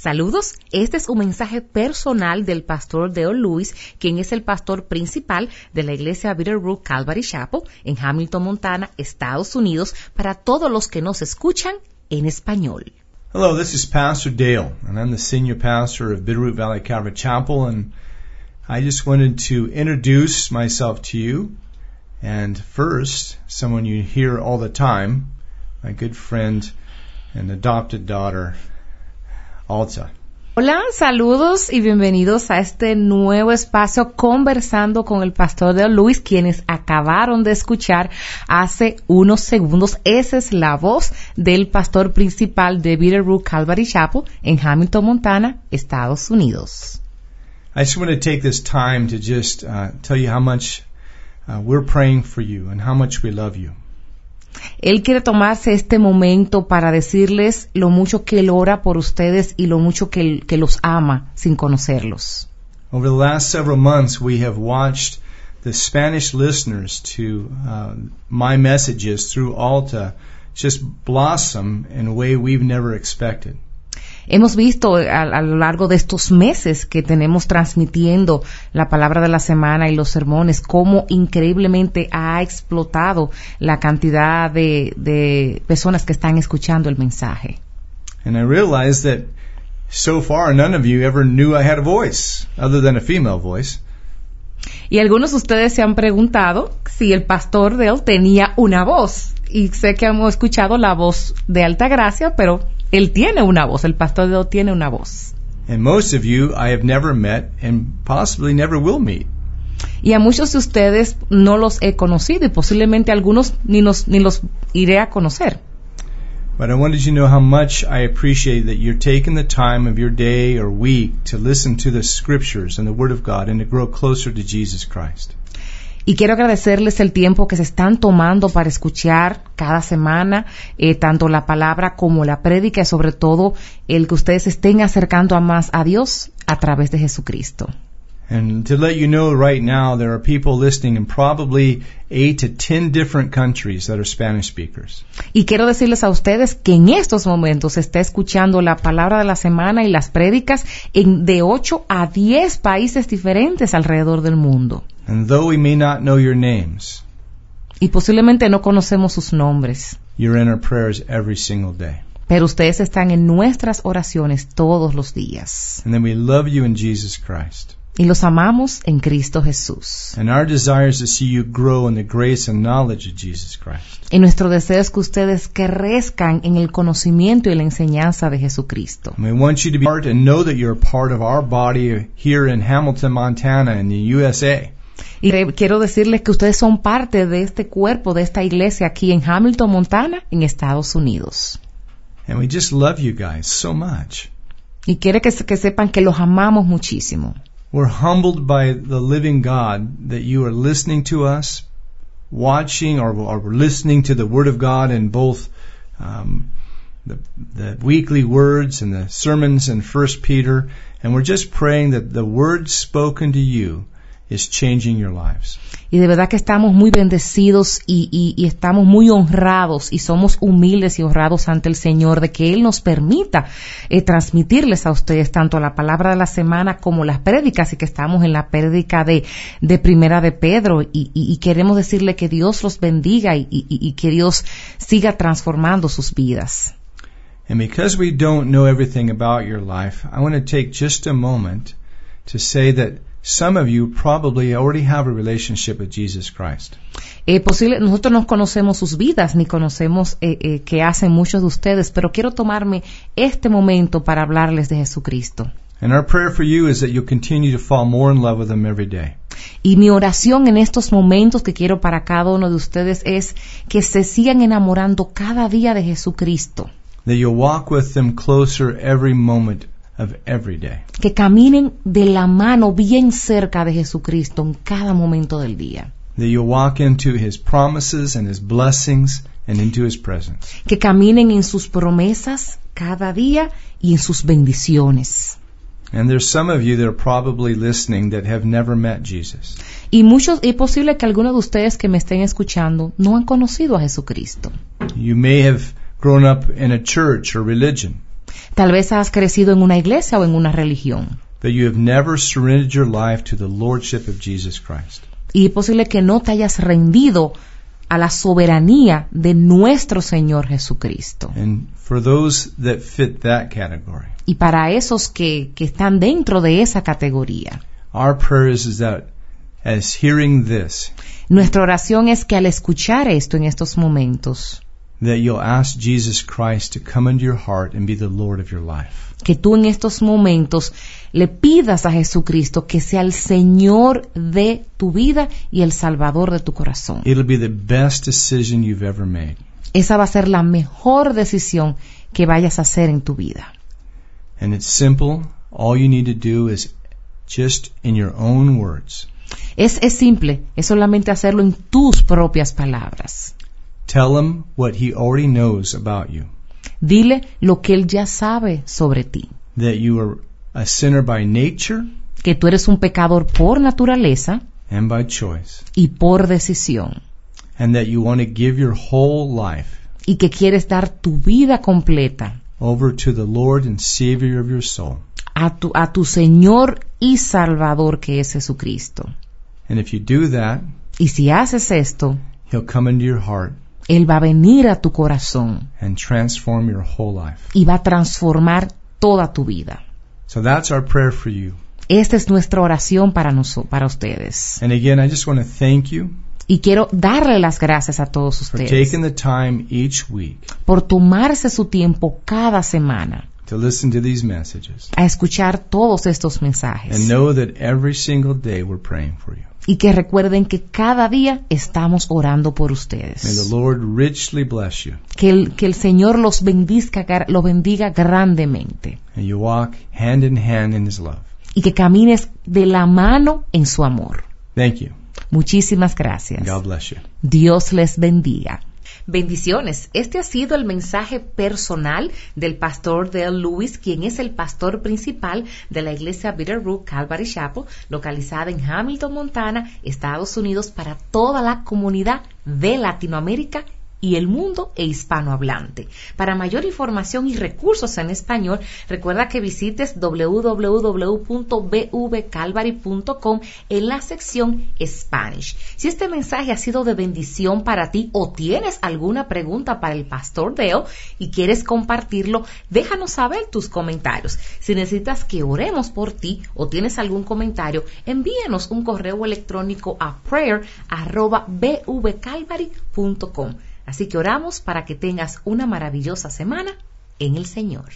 Saludos, este es un mensaje personal del pastor Deo Luis, quien es el pastor principal de la iglesia Bitterroot Calvary Chapel en Hamilton, Montana, Estados Unidos, para todos los que nos escuchan en español. Hello, this is Pastor Dale, and I'm the senior pastor of Bitterroot Valley Calvary Chapel, and I just wanted to introduce myself to you. And first, someone you hear all the time, my good friend and adopted daughter, Alta. Hola, saludos y bienvenidos a este nuevo espacio conversando con el pastor de Luis, quienes acabaron de escuchar hace unos segundos. Esa es la voz del pastor principal de Bitterroot Calvary Chapel en Hamilton, Montana, Estados Unidos. I just want to take this time to just uh, tell you how much uh, we're praying for you and how much we love you. Él quiere tomarse este momento para decirles lo mucho que él ora por ustedes y lo mucho que, él- que los ama sin conocerlos. Over the last several months, we have watched the Spanish listeners to uh, my messages through Alta just blossom in a way we've never expected. Hemos visto a, a lo largo de estos meses que tenemos transmitiendo la palabra de la semana y los sermones, cómo increíblemente ha explotado la cantidad de, de personas que están escuchando el mensaje. And I realized that so far, none of you ever knew I had a voice other than a female voice. Y algunos de ustedes se han preguntado si el pastor de él tenía una voz. Y sé que hemos escuchado la voz de Altagracia, pero él tiene una voz, el pastor de él tiene una voz. And most of you I have never met and possibly never will meet. Y a muchos de ustedes no los he conocido y posiblemente algunos ni, nos- ni los iré a conocer. But I wanted you to know how much I appreciate that you're taking the time of your day or week to listen to the scriptures and the Word of God and to grow closer to Jesus Christ. Y quiero agradecerles el tiempo que se están tomando para escuchar cada semana, eh, tanto la palabra como la prédica y sobre todo el que ustedes se estén acercando a más a Dios a través de Jesucristo. And to let you know right now, there are people listening in probably eight to ten different countries that are Spanish speakers. Y quiero decirles a ustedes que en estos momentos se está escuchando la palabra de la semana y las prédicas en de 8 a 10 países diferentes alrededor del mundo. And though we may not know your names, Y posiblemente no conocemos sus nombres, you're in our prayers every single day. pero ustedes están en nuestras oraciones todos los días. And then we love you in Jesus Christ. Y los amamos en Cristo Jesús. And our desire is to see you grow in the grace and knowledge of Jesus Christ. Y nuestro deseo es que ustedes crezcan en el conocimiento y la enseñanza de Jesucristo. And we want you to be part and know that you're a part of our body here in Hamilton, Montana, in the USA. Y re- quiero decirles que ustedes son parte de este cuerpo, de esta iglesia aquí en Hamilton, Montana, en Estados Unidos. And we just love you guys so much. Y quiere que, se- que sepan que los amamos muchísimo. We're humbled by the living God that you are listening to us, watching or, or listening to the Word of God in both um, the, the weekly words and the sermons in First Peter. And we're just praying that the word spoken to you is changing your lives. Y de verdad que estamos muy bendecidos y, y- y estamos muy honrados y somos humildes y honrados ante el Señor de que Él nos permita eh, transmitirles a ustedes tanto la palabra de la semana como las prédicas y que estamos en la prédica de, de Primera de Pedro y, y- y queremos decirle que Dios los bendiga y- y- y que Dios siga transformando sus vidas. And because we don't know everything about your life, I want to take just a moment to say that some of you probably already have a relationship with Jesus Christ. Eh, posible, nosotros no conocemos sus vidas ni conocemos eh, eh, qué hacen muchos de ustedes, pero quiero tomarme este momento para hablarles de Jesucristo. And our prayer for you is that you'll continue to fall more in love with Him every day. Y mi oración en estos momentos que quiero para cada uno de ustedes es que se sigan enamorando cada día de Jesucristo, That you'll walk with Him closer every moment of every day. que caminen de la mano bien cerca de Jesucristo en cada momento del día, That you'll walk into His promises and His blessings and into His presence. que caminen en sus promesas cada día y en sus bendiciones. And there's some of you that are probably listening that have never met Jesus. Y muchos, es posible que algunos de ustedes que me estén escuchando no han conocido a Jesucristo. You may have grown up in a church or religion. Tal vez has crecido en una iglesia o en una religión. that you have never surrendered your life to the lordship of Jesus Christ. Y es posible que no te hayas rendido a la soberanía de nuestro Señor Jesucristo. And for those that fit that category, Y para esos que, que están dentro de esa categoría, our prayer is, is that as hearing this, nuestra oración es que al escuchar esto en estos momentos, that you'll ask Jesus Christ to come into your heart and be the Lord of your life. que tú en estos momentos le pidas a Jesucristo que sea el Señor de tu vida y el Salvador de tu corazón. It'll be the best decision you've ever made. Esa va a ser la mejor decisión que vayas a hacer en tu vida. And it's simple. All you need to do is just in your own words, Es, es simple, es solamente hacerlo en tus propias palabras. tell him what he already knows about you, Dile lo que Él ya sabe sobre ti, that you are a sinner by nature que tú eres un pecador por naturaleza and by choice. y por decisión, and that you want to give your whole life y que quieres dar tu vida completa over to the Lord and Savior of your soul. a tu, a tu Señor y Salvador que es Jesucristo. And if you do that, Y si haces esto, He'll come into your heart Él va a venir a tu corazón and transform your whole life. y va a transformar toda tu vida. So that's our prayer for you. Esta es nuestra oración para, noso- para ustedes. And again, I just want to thank you Y quiero darle las gracias a todos for ustedes taking the time each week por tomarse su tiempo cada semana to listen to these messages a escuchar todos estos and mensajes. know that every single day we're praying for you. Y que recuerden que cada día estamos orando por May the ustedes. Lord richly bless you Que el, que el Señor los bendiga, gar- los bendiga grandemente. and you walk hand in hand in His love. Y que camines de la mano en su amor. Thank you. Muchísimas And gracias. God bless you. Dios les bendiga. Bendiciones. Este ha sido el mensaje personal del pastor Dale Lewis, quien es el pastor principal de la iglesia Bitterroot Calvary Chapel, localizada en Hamilton, Montana, Estados Unidos, para toda la comunidad de Latinoamérica y el mundo e hispanohablante. Para mayor información y recursos en español, recuerda que visites www.bvcalvary.com en la sección Spanish. Si este mensaje ha sido de bendición para ti o tienes alguna pregunta para el pastor Deo y quieres compartirlo, déjanos saber tus comentarios. Si necesitas que oremos por ti o tienes algún comentario, envíanos un correo electrónico a prayer@bvcalvary.com. Así que oramos para que tengas una maravillosa semana en el Señor.